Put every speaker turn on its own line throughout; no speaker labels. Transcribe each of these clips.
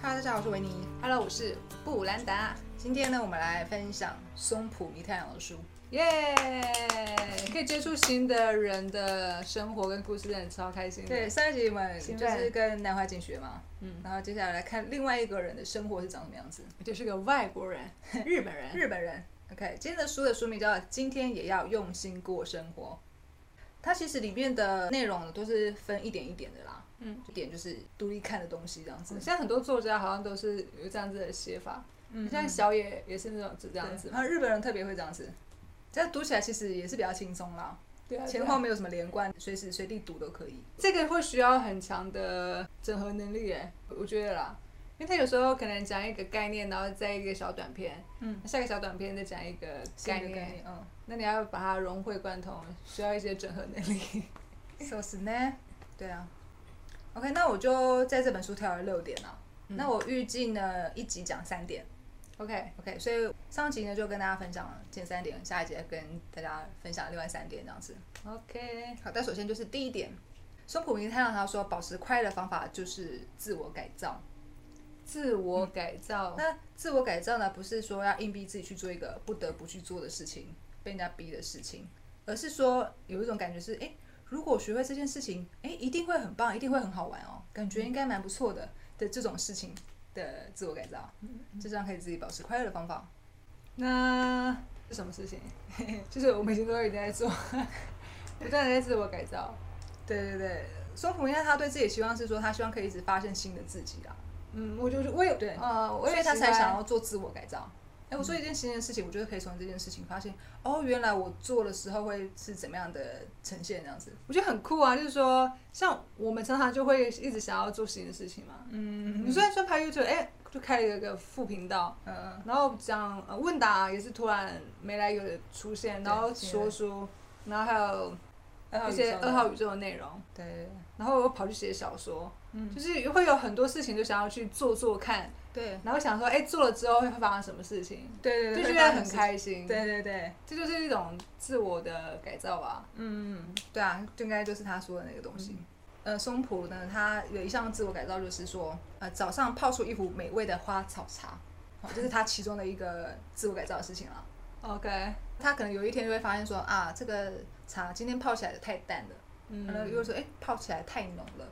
Hello，大家好，我是维尼。
Hello，我是布兰达，
今天呢，我们来分享松浦弥太郎的书。
耶、可以接触新的人的生活跟故事，真的超开心的。
对，，上一集我们
兴
就
奋
是跟南怀瑾学嘛，
嗯，
然后接下来来看另外一个人的生活是长什么样子。
我就是个外国人，日本人，
日本人，OK，今天的书的书名叫《今天也要用心过生活》。它其实里面的内容都是分一点一点的啦，
嗯，
一点就是独立看的东西这样子。
现在很多作家好像都是有这样子的写法，
嗯
像小野也是那种这
这
样子嘛。
然后日本人特别会这样子，这样读起来其实也是比较轻松啦，
对啊，
前
对啊
后没有什么连贯，随时随地读都可以。
这个会需要很强的整合能力诶，我觉得啦，因为他有时候可能讲一个概念，然后再一个小短片，
嗯，
下个小短片再讲一个
新
概
的
念，
概念，嗯。
那你要把它融会贯通，需要一些整合能力。
そうですね。对啊。OK，那我就在这本书挑了六点啦。
嗯
那我预计呢一集讲三点。
OK，
OK，所以上集呢就跟大家分享了前三点，下一集再跟大家分享另外三点这样子。
OK，
好，但首先就是第一点，松浦弥太郎他说保持快乐的方法就是自我改造。
自我改造，
那自我改造呢，不是说要硬逼自己去做一个不得不去做的事情，被人家逼的事情，而是说有一种感觉是，诶，如果我学会这件事情，诶，一定会很棒，一定会很好玩哦，感觉应该蛮不错的的这种事情的自我改造，这样可以自己保持快乐的方法。
那是什么事情？ 就是我们已经都一直在做， 不断的在自我改造。
对对对，松浦弥太他对自己的期望是说，他希望可以一直发现新的自己啦，
嗯，我就是我也
对
呃，我
所
也
以他才想
要
要做自我改造。哎，我做一件新的事情，我觉得可以从这件事情发现，哦，原来我做的时候会是怎么样的呈现，这样子。
我觉得很酷啊，就是说，像我们常常就会一直想要做新的事情嘛。
嗯
你虽然说拍 YouTube，哎、就开了一个副频道，
嗯，
然后讲、呃、问答也是突然没来由的出现，然后
对
说书，然后还有
二号
一
宇
些
宙
二
的
号宇宙的内容，
对
然后我又跑去写小说，
嗯
就是会有很多事情就想要去做做看，
对
然后想说，哎、做了之后会发生什么事情，
对对，
就觉
会
得
发
很
生
开心。
事情。，对对对，
这就是一种自我的改造吧。
嗯，对啊，就应该就是他说的那个东西。呃，松浦呢，他有一项自我改造，就是说，呃，早上泡出一壶美味的花草茶，好，这是他其中的一个自我改造的事情啦。
OK，
他可能有一天就会发现说，啊，这个茶今天泡起来的太淡了，然后
嗯，
又会说，哎、泡起来太浓了。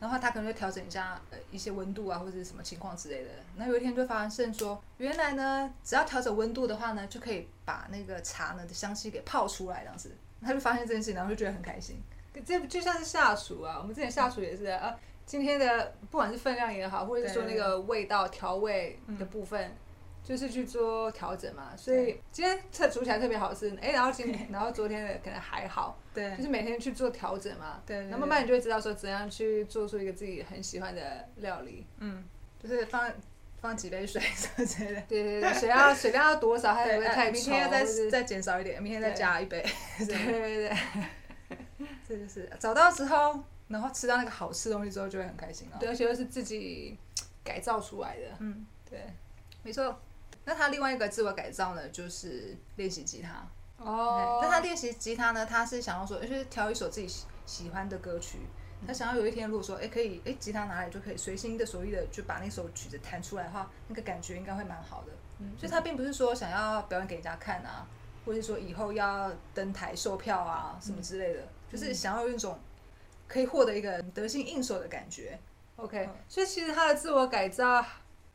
然后他可能就调整一下呃一些温度啊，或者是什么情况之类的。那有一天就发现说，原来呢，只要调整温度的话呢，就可以把那个茶呢的香气给泡出来，这样子。他就发现这件事情，然后就觉得很开心。
这就像是下厨啊，我们之前下厨也是啊，今天的不管是分量也好，或者是说
对嗯
那个味道调味的部分。就是去做调整嘛，所以今天特煮起来特别好吃，哎、然后今天，然后昨天的可能还好，
对
就，是每天去做调整嘛，
对
然后慢慢你就会知道说怎样去做出一个自己很喜欢的料理。
嗯，就是放放几杯水什么之类的。
对 对对，水要水量要多少，还有
对，
不会
哎
太稠
明天要再
或者是
再减少一点，明天再
对
加一杯。
对对对
这就是找到之后，然后吃到那个好吃的东西之后，就会很开心了。
对，而且又是自己改造出来的。
嗯，
对，
没错。那他另外一个自我改造呢，就是练习吉他。
哦，
但他练习吉他呢，他是想要说，诶就是挑一首自己喜喜欢的歌曲。
嗯
他想要有一天，如果说，哎、可以，哎、吉他拿来就可以随心的、随意的就把那首曲子弹出来的话，那个感觉应该会蛮好的。
嗯
所以他并不是说想要表演给人家看啊，或是说以后要登台售票啊什么之类的，就是
嗯
想要有一种可以获得一个得心应手的感觉。
OK，
嗯
所以其实他的自我改造，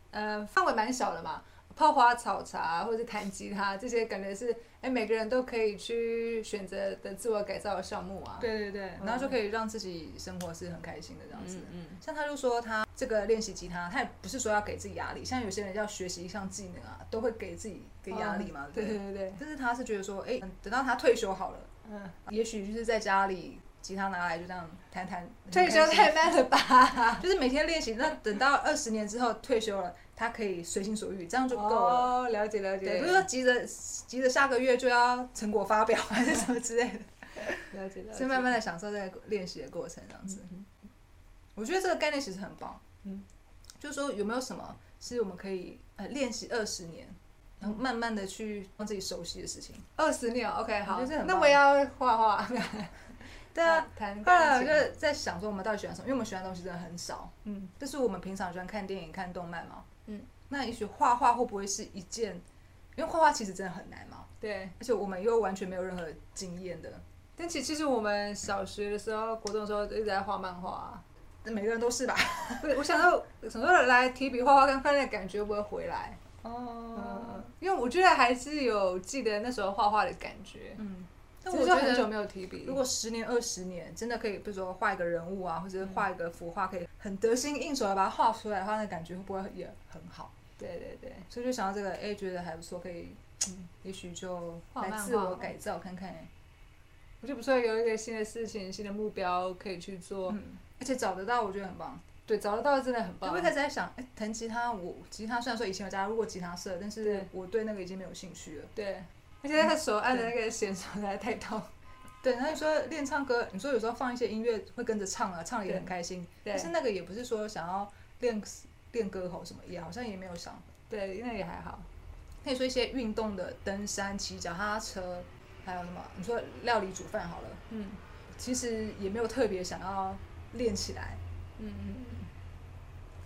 呃，范围蛮小的嘛。泡花草茶或者是弹吉他，这些感觉是哎每个人都可以去选择的自我改造的项目啊。
对对对，然后就可以让自己生活是很开心的这样子。
嗯
像他就说他这个练习吉他，他也不是说要给自己压力，像有些人要学习一项技能啊，都会给自己一个压力嘛，
嗯
对
对
不对？
对对，
但是他是觉得说，哎、等到他退休好了，
嗯，
也许就是在家里吉他拿来就这样弹弹，
退休
很开心
太慢了吧？
就是每天练习。那等到二十年之后退休了，他可以随心所欲，这 样就够了。
哦，了解了解，
对，不是说急着急着下个月就要成果发表 还是什么之类的，
了解了嗯解，
所以慢慢的享受这个练习的过程，这样子。我觉得这个概念其实很棒。
嗯，
就是说有没有什么是我们可以呃练习二十年，然后
嗯
慢慢的去让自己熟悉的事情？
二十年，OK，
我
好
觉得这很，棒
那我也要画画，
对啊，
弹
后来
钢
我
琴，
就在想说，我们到底喜欢什么？因为我们喜欢的东西真的很少。
嗯，
就是我们平常喜欢看电影、看动漫嘛。
嗯，
那也许画画会不会是一件？因为画画其实真的很难嘛，
对。
而且我们又完全没有任何经验的。
但其其实我们小学的时候、国中的时候一直在画漫画、啊，
那每个人都是吧？
不是，我想到想说来提笔画画看看那感觉会不会回来，
哦
嗯，，因为我觉得还是有记得那时候画画的感觉，
嗯。但
但
我
我
觉
就很久
得，
没有提笔
如。果十年、二十年真的可以，比如说画一个人物啊，或者是画一个幅画，可以很得心应手啊的把它画出来的话，那感觉会不会也很好？
对对对，
所以就想到这个，哎、觉得还不错，可以，嗯，也许就
画
来
漫
自
画
我
吧
改造看看、哎
我就不错，有一个新的事情、新的目标可以去做。
嗯，而且找得到，我觉得很棒。
对，找得到真的很
我
棒
会。开始在想，哎、弹吉他，我吉他虽然说以前有加入过吉他社，但是
对
我对那个已经没有兴趣了。
对，而且他手按的
嗯
那个弦手实在太痛。
对，那你说练唱歌，你说有时候放一些音乐会跟着唱啊，唱的也很
对
开心，
对
但是那个也不是说想要练练歌喉什么，也好像也没有想。
对，那也还好。
可以说一些运动的，登山、骑脚踏车，还有什么？你说料理煮饭好了，
嗯
其实也没有特别想要练起来，
嗯嗯，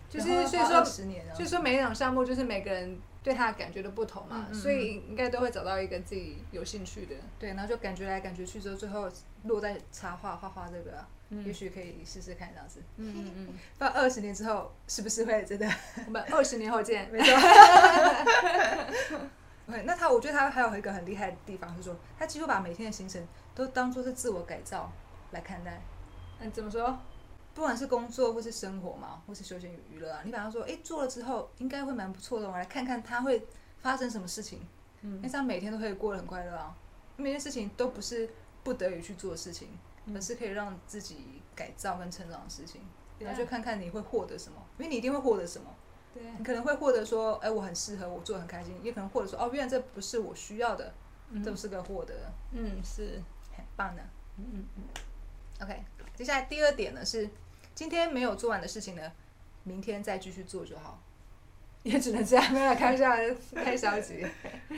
就
然
是
后
所以
花
说，
20年了，啊
所以说每一种项目就是每个人对他的感觉都不同嘛，
嗯嗯嗯
所以应该都会找到一个自己有兴趣的。
对，然后就感觉来感觉去之后，最后落在插画、画画这个啊、
嗯
也许可以试试看这样子。
嗯嗯
到二十年之后，是不是会真的？
嗯，我们二十年后见。
没错。对，那他我觉得他还有一个很厉害的地方是说，他几乎把每天的行程都当做是自我改造来看待，
嗯，怎么说？
不管是工作或是生活嘛，或是休闲娱乐啊，你把它说，哎，做了之后应该会蛮不错的，我来看看他会发生什么事情。因为
嗯
这样每天都可以过得很快乐啊。每件事情都不是不得已去做的事情，
嗯
而是可以让自己改造跟成长的事情。
对啊
然后就看看你会获得什么，因为你一定会获得什么。
对，
你可能会获得说，哎、我很适合，我做得很开心；，也可能获得说，哦，原来这不是我需要的，这不
嗯
是个获得，
嗯是，
很棒的。
嗯嗯嗯
OK，接下来第二点呢是，今天没有做完的事情呢，明天再继续做就好，
也只能这 样，没有啦开玩笑的，太消极。
啊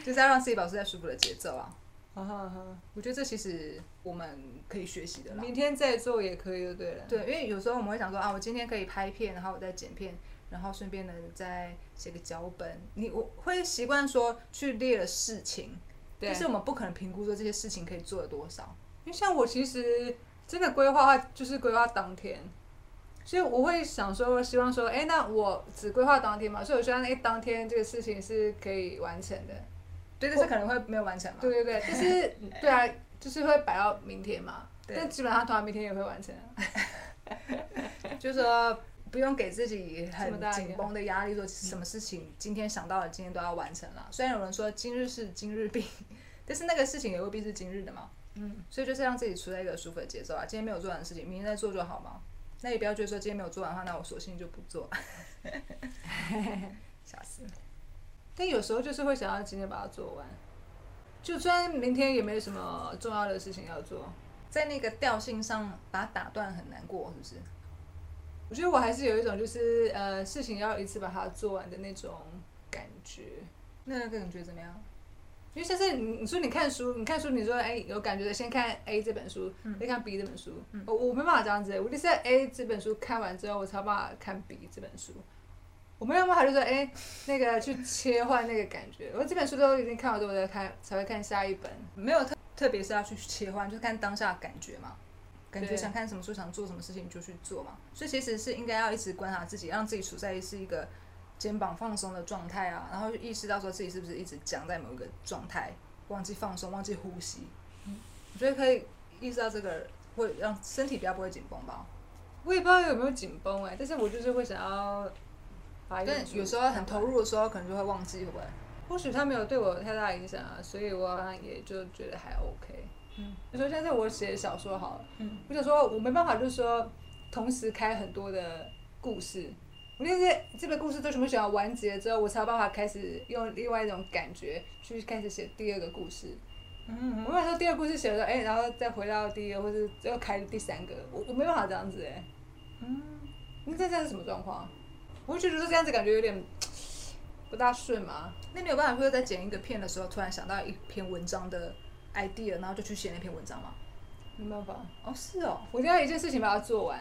就是要让自己保持在舒服的节奏啊。
好好好，
我觉得这其实我们可以学习的啦。
明天再做也可以，就对了。
对，因为有时候我们会想说啊，我今天可以拍片，然后我再剪片，然后顺便呢再写个脚本。你我会习惯说去列了事情，
对，
但是我们不可能评估说这些事情可以做了多少。
因为像我其实真的规划就是规划当天，所以我会想说，希望说，哎、那我只规划当天嘛，所以我希望，哎、当天这个事情是可以完成的。
对，但是可能会没有完成嘛。
对对对，但是对啊，就是会摆到明天嘛，
对
但基本上通常明天也会完成啊。
就是说不用给自己
这
很
么大压力
紧绷的压力，说什么事情今天想到了，今天都要完成了。虽然有人说今日是今日病， 但是那个事情也未必是今日的嘛。
嗯，
所以就是让自己处在一个舒服的节奏啊。今天没有做完的事情，明天再做就好嘛。那也不要觉得说今天没有做完的话，那我索性就不 做。 笑死！
但有时候就是会想要今天把它做完，就算明天也没什么重要的事情要做。
在那个调性上把它打断很难过，是不是？
我觉得我还是有一种就是呃事情要一次把它做完的那种感觉。
那个感觉怎么样？
因为像是你你说你看书，你看书，你说哎有感觉的，先看 A 这本书，
嗯
再看 B 这本书。我我没办法这样子，我就是在 A 这本书看完之后，我才有办法看 B 这本书。我没有办法就是哎那个去切换那个感觉。我这本书都已经看完之后，我再看才会看下一本。
没有特特别是要去切换，就看当下的感觉嘛。感觉
对
想看什么书，想做什么事情就去做嘛。所以其实是应该要一直观察自己，让自己处在是一个肩膀放松的状态啊，然后就意识到说自己是不是一直僵在某一个状态，忘记放松，忘记呼吸。我觉得可以意识到这个，会让身体比较不会紧绷吧。
我也不知道有没有紧绷哎，但是我就是会想要把一本
但
书
有时候很
看
投，
完
入的时候，可能就会忘记，会不会？
或许它没有对我有太大影响啊，所以我好像也就觉得还 OK。
嗯，
你说像是我写小说好了。
嗯，
我想说，我没办法，就是说同时开很多的故事，我那些这个故事都全部写完结之后，我才有办法开始用另外一种感觉去开始写第二个故事。
嗯
我没办法说第二个故事写了，哎、然后再回到第一个，或是又开第三个，我我没办法这样子哎、
嗯，
那这这样是什么状况？我会觉得说这样子感觉有点不大顺嘛。
那你有办法会在剪一个片的时候，突然想到一篇文章的 idea，然后就去写那篇文章吗？
没办法，
哦，是哦，
我一定要一件事情把它做完。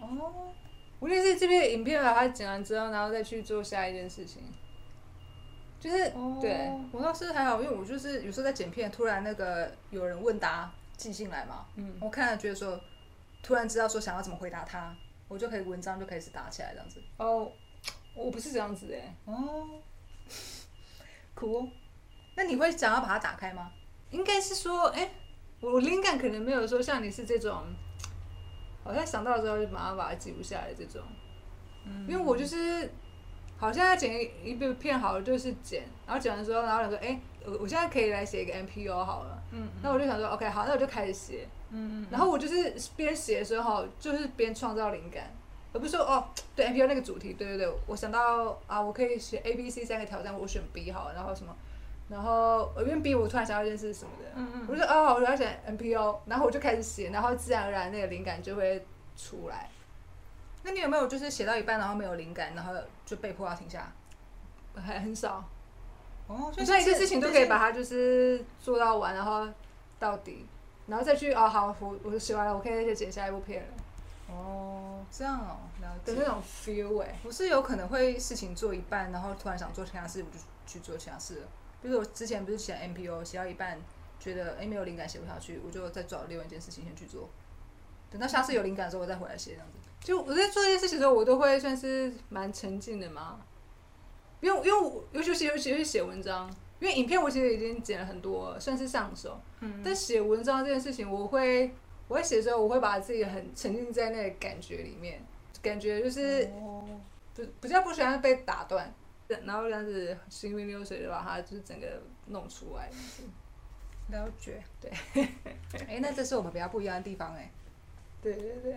哦，
我就是这边影片把它剪完之后，然后再去做下一件事情。就是、
哦
对，
我倒是还好，因为我就是有时候在剪片，突然那个有人问答寄进来嘛，
嗯，
我看了觉得说，突然知道说想要怎么回答他，我就可以文章就开始打起来这样子。
哦，我不是这样子哎，
哦，酷哦，那你会想要把它打开吗？
应该是说，哎、我灵感可能没有说像你是这种，好像想到的时候就马上把它记录下来这种。
嗯
因为我就是好像要剪一一部片，好了就是剪，然后剪完之后，然后想说，哎、我我现在可以来写一个 MPO 好了。
嗯
那我就想说，OK，好，那我就开始写。
嗯
然后我就是边写的时候，就是边创造灵感，而不是说哦，对 NPO 那个主题，对对对，我想到啊，我可以写 A、B、C 三个挑战，我选 B 好了，然后什么，然后我因为 B 我突然想到一件事什么的，
嗯
我就说哦，我要选 NPO，然后我就开始写，然后自然而然那个灵感就会出来。
那你有没有就是写到一半然后没有灵感，然后就被迫要停下？
很很少，
哦，
所以一件事情都可以把它就是做到完，然后到底，然后再去哦好，我我写完了，我可以再剪下一部片了
哦，这样哦，了
的那
解。
种 feel 哎、
我是有可能会事情做一半，然后突然想做其他事，我就去做其他事了。比如我之前不是写 MPO，写到一半觉得哎没有灵感写不下去，我就再找另外一件事情先去做，等到下次有灵感的时候我再回来写这样子。
就我在做这件事情的时候，我都会算是蛮沉浸的嘛，因为因为我尤其是尤其是写文章，因为影片我其实已经剪了很多，算是上手，
嗯
但写文章这件事情，我会我在写的时候，我会把自己很沉浸在那个感觉里面，感觉就是
哦，
不比较不喜欢被打断，然后这样子行云流水的把它就是整个弄出来。
了解，对。 哎、那这是我们比较不一样的地方哎、
对对对，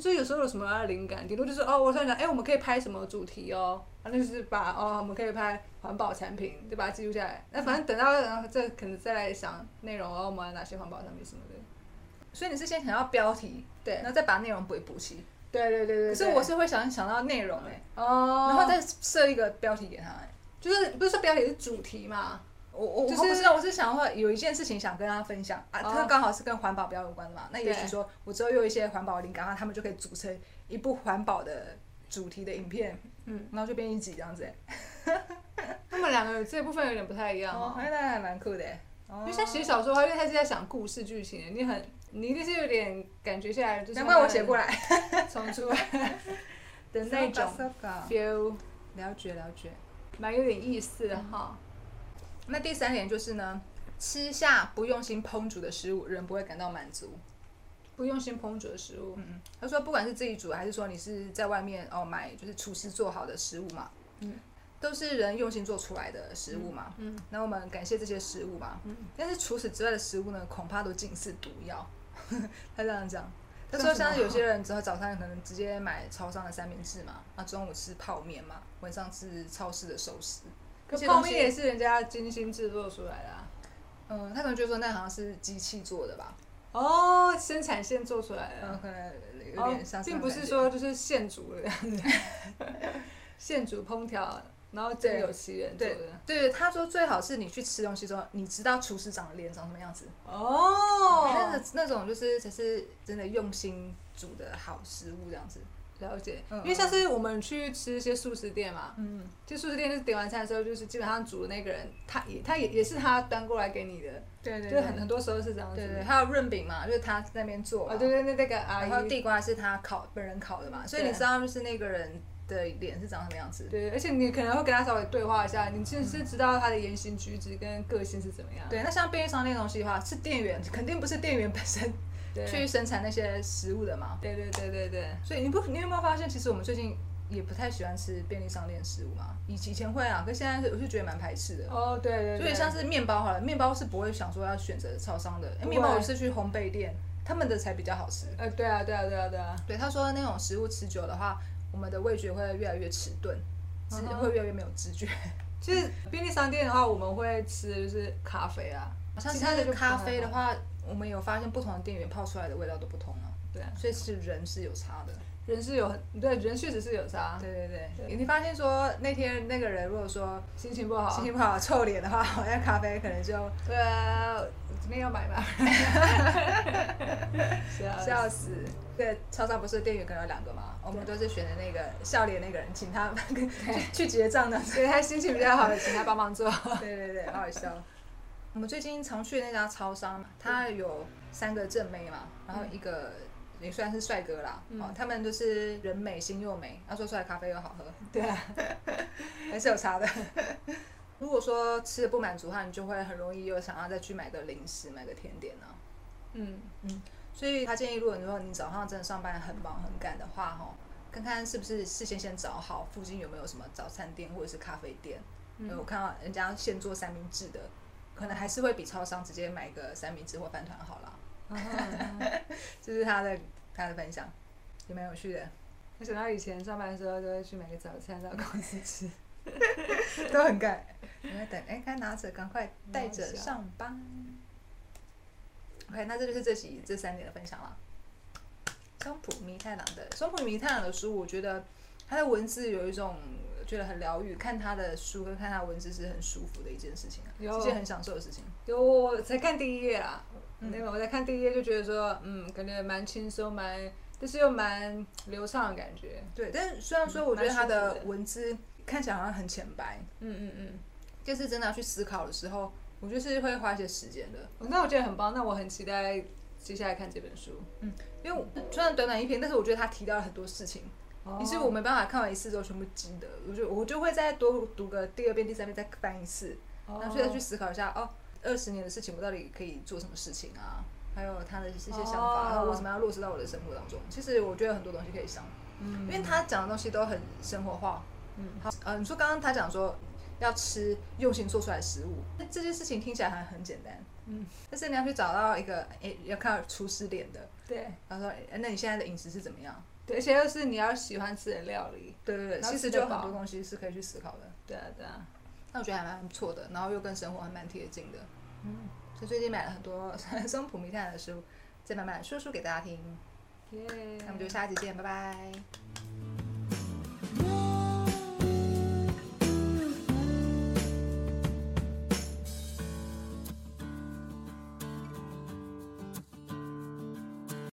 所以有时候有什么灵感，顶多就是哦，我突然想，哎、我们可以拍什么主题哦，啊，那就是把哦，我们可以拍环保产品，就把它记录下来。那反正等到然后再可能再来想内容哦，我们有哪些环保产品什么的。
所以你是先想要标题，
对
然后再把内容补一补齐。
对对对对
可
可
是
是
我
我是
是会想想到内容哎、
哦，
然后再设一个标题给他、欸。
就是不是说标题是主题嘛？
我我
就
我
是
不知道，我是想说有一件事情想跟大家分享啊，
哦
它刚好是跟环保比较有关的嘛。那也许
对
说我之后又有一些环保灵感，然后他们就可以组成一部环保的主题的影片，
嗯，
然后就变一集这样子、欸。
他们两个这部分有点不太一样
哦
哦，。
哎，那还蛮酷的、欸。
因
哦
为像写小说的话，因为他是在想故事剧情，你很你一定是有点感觉下来，就是
难怪我写过
来
来
冲出来的那种 feel。
了解了解。
蛮有点意思的哈。
那第三点就是呢，吃下不用心烹煮的食物，人不会感到满足。
不用心烹煮的食物，
嗯，他说不管是自己煮还是说你是在外面哦买，就是厨师做好的食物嘛，
嗯，
都是人用心做出来的食物嘛。
嗯，
那我们感谢这些食物嘛，
嗯，
但是除此之外的食物呢，恐怕都近似毒药。 他这样讲，他说
像什么
像是有些人之后早餐可能直接买超商的三明治嘛，啊中午吃泡面嘛，晚上吃超市的寿司。
可
这些
泡
东西
面也是人家精心制作出来的、啊，
嗯，他可能觉得说那好像是机器做的吧，
哦，生产线做出来的
嗯，
啊，
可能有点像
哦
是那种感觉、
并不是说就是现煮的这样子， 现煮烹调，然后真有其人做
对
的，
对，他说最好是你去吃东西之后，你知道厨师长的脸长什么样子，那
哦，
个那种就是才是真的用心煮的好食物这样子。
了解，
嗯
因为像是我们去吃一些素食店嘛，
嗯，
就素食店就是点完餐的时候，就是基本上煮的那个人，他也他也也是他端过来给你的，
对对
就是很很多时候是这样子
对对，
的，
还啊有润饼嘛，就是他那边做嘛，
哦，对对对，那个阿
然后
姨，
地瓜是他烤本人烤的嘛，所以你
对
知道就是那个人的脸是长什么样子。
对，而且你可能会跟他稍微对话一下，你甚至知道他的言行举止跟个性是怎么样。
对，那像便利商店的东西的话，是店员肯定不是店员本身
对
去生产那些食物的嘛，
对对对对对，
所以你不，你有没有发现，其实我们最近也不太喜欢吃便利商店食物嘛？以以前会啊，可现在是我是觉得蛮排斥的。
哦对对对，
所以像是面包好了，面包是不会想说要选择超商的，因为
不会
面包我是去烘焙店，他们的才比较好吃。
呃对啊对啊对啊对啊，
对，他说那种食物吃久的话，我们的味觉会越来越迟钝，是
嗯哼
会越来越没有知觉。
就是便利商店的话，我们会吃的就是咖啡啊，
好像
其
它
他的
的
就
咖
不
啡的
太好，
话，我们有发现不同的店员泡出来的味道都不同啊，
对啊，
所以是人是有差的。
人是有很对人确实是有差，
对对对，
对
你发现说那天那个人如果说
心情不好，
心情不好、臭脸的话，好像咖啡可能就
对啊，今天要买吧，笑
笑死！这个超商不是店员可能有两个嘛，我们都是选的那个笑脸那个人，请他 去去结账的。
所以他心情比较好的，请他帮忙做。
对对对，好好笑。我们最近常去的那家超商嘛，它有三个正妹嘛，然后一个也算是帅哥啦。
嗯
哦，他们就是人美心又美，然后做出来咖啡又好喝，
对啊，
还是有差的。 如果说吃的不满足的话，你就会很容易又想要再去买个零食、买个甜点啊。
嗯，
所以他建议，如果你说你早上真的上班很忙很赶的话，吼，看看是不是事先先找好附近有没有什么早餐店或者是咖啡店。
嗯
嗯，我看到人家现做三明治的，可能还是会比超商直接买个三明治或饭团好啦。这是他的他的分享，也蛮有趣的，
我想到以前上班的时候都会去买个早餐到公司吃，
都很赶。你在等，哎、该拿着，赶快带着
拿着
上班。OK，那这就是这集这三点的分享啦。松浦弥太郎的松浦弥太郎的书，我觉得他的文字有一种觉得很疗愈，看他的书跟看他的文字是很舒服的一件事情啊，
有
是一件很享受的事情。
有我才看第一页啦，
嗯
那个我在看第一页就觉得说，嗯，感觉蛮轻松，蛮就是又蛮流畅的感觉。
对，但是虽然说我觉得他
蛮舒
的
服的
文字看起来好像很浅白，
嗯嗯嗯，
就是真的要去思考的时候，我就是会花一些时间的。
哦那我觉得很棒，那我很期待接下来看这本书。
因为我虽然短短一篇，但是我觉得他提到了很多事情，
你
于是我没办法看完一次之后全部记得，我就我就会再多读个第二遍、第三遍，再翻一次，然后所以再去思考一下，哦，二十年的事情我到底可以做什么事情啊？还有他的一些想
哦
法，然后我怎么样落实到我的生活当中？其实我觉得很多东西可以想，
嗯
因为他讲的东西都很生活化。
嗯
好，呃，你说刚刚他讲说要吃用心做出来的食物，那这件事情听起来还很简单，
嗯，
但是你要去找到一个，诶，要看厨师脸的，
对
他说：“诶那你现在的饮食是怎么样
对，而且又是你要喜欢吃的料理。？”
对对对，
然后
其实
吃得
就有很
饱
多东西是可以去思考的。
对啊对啊，
那我觉得还蛮不错的，然后又跟生活还蛮贴近的。
嗯，
所以最近买了很多 松浦弥太郎的书，再慢慢说书给大家听。
耶、
那我们就下期见，拜拜。
拜。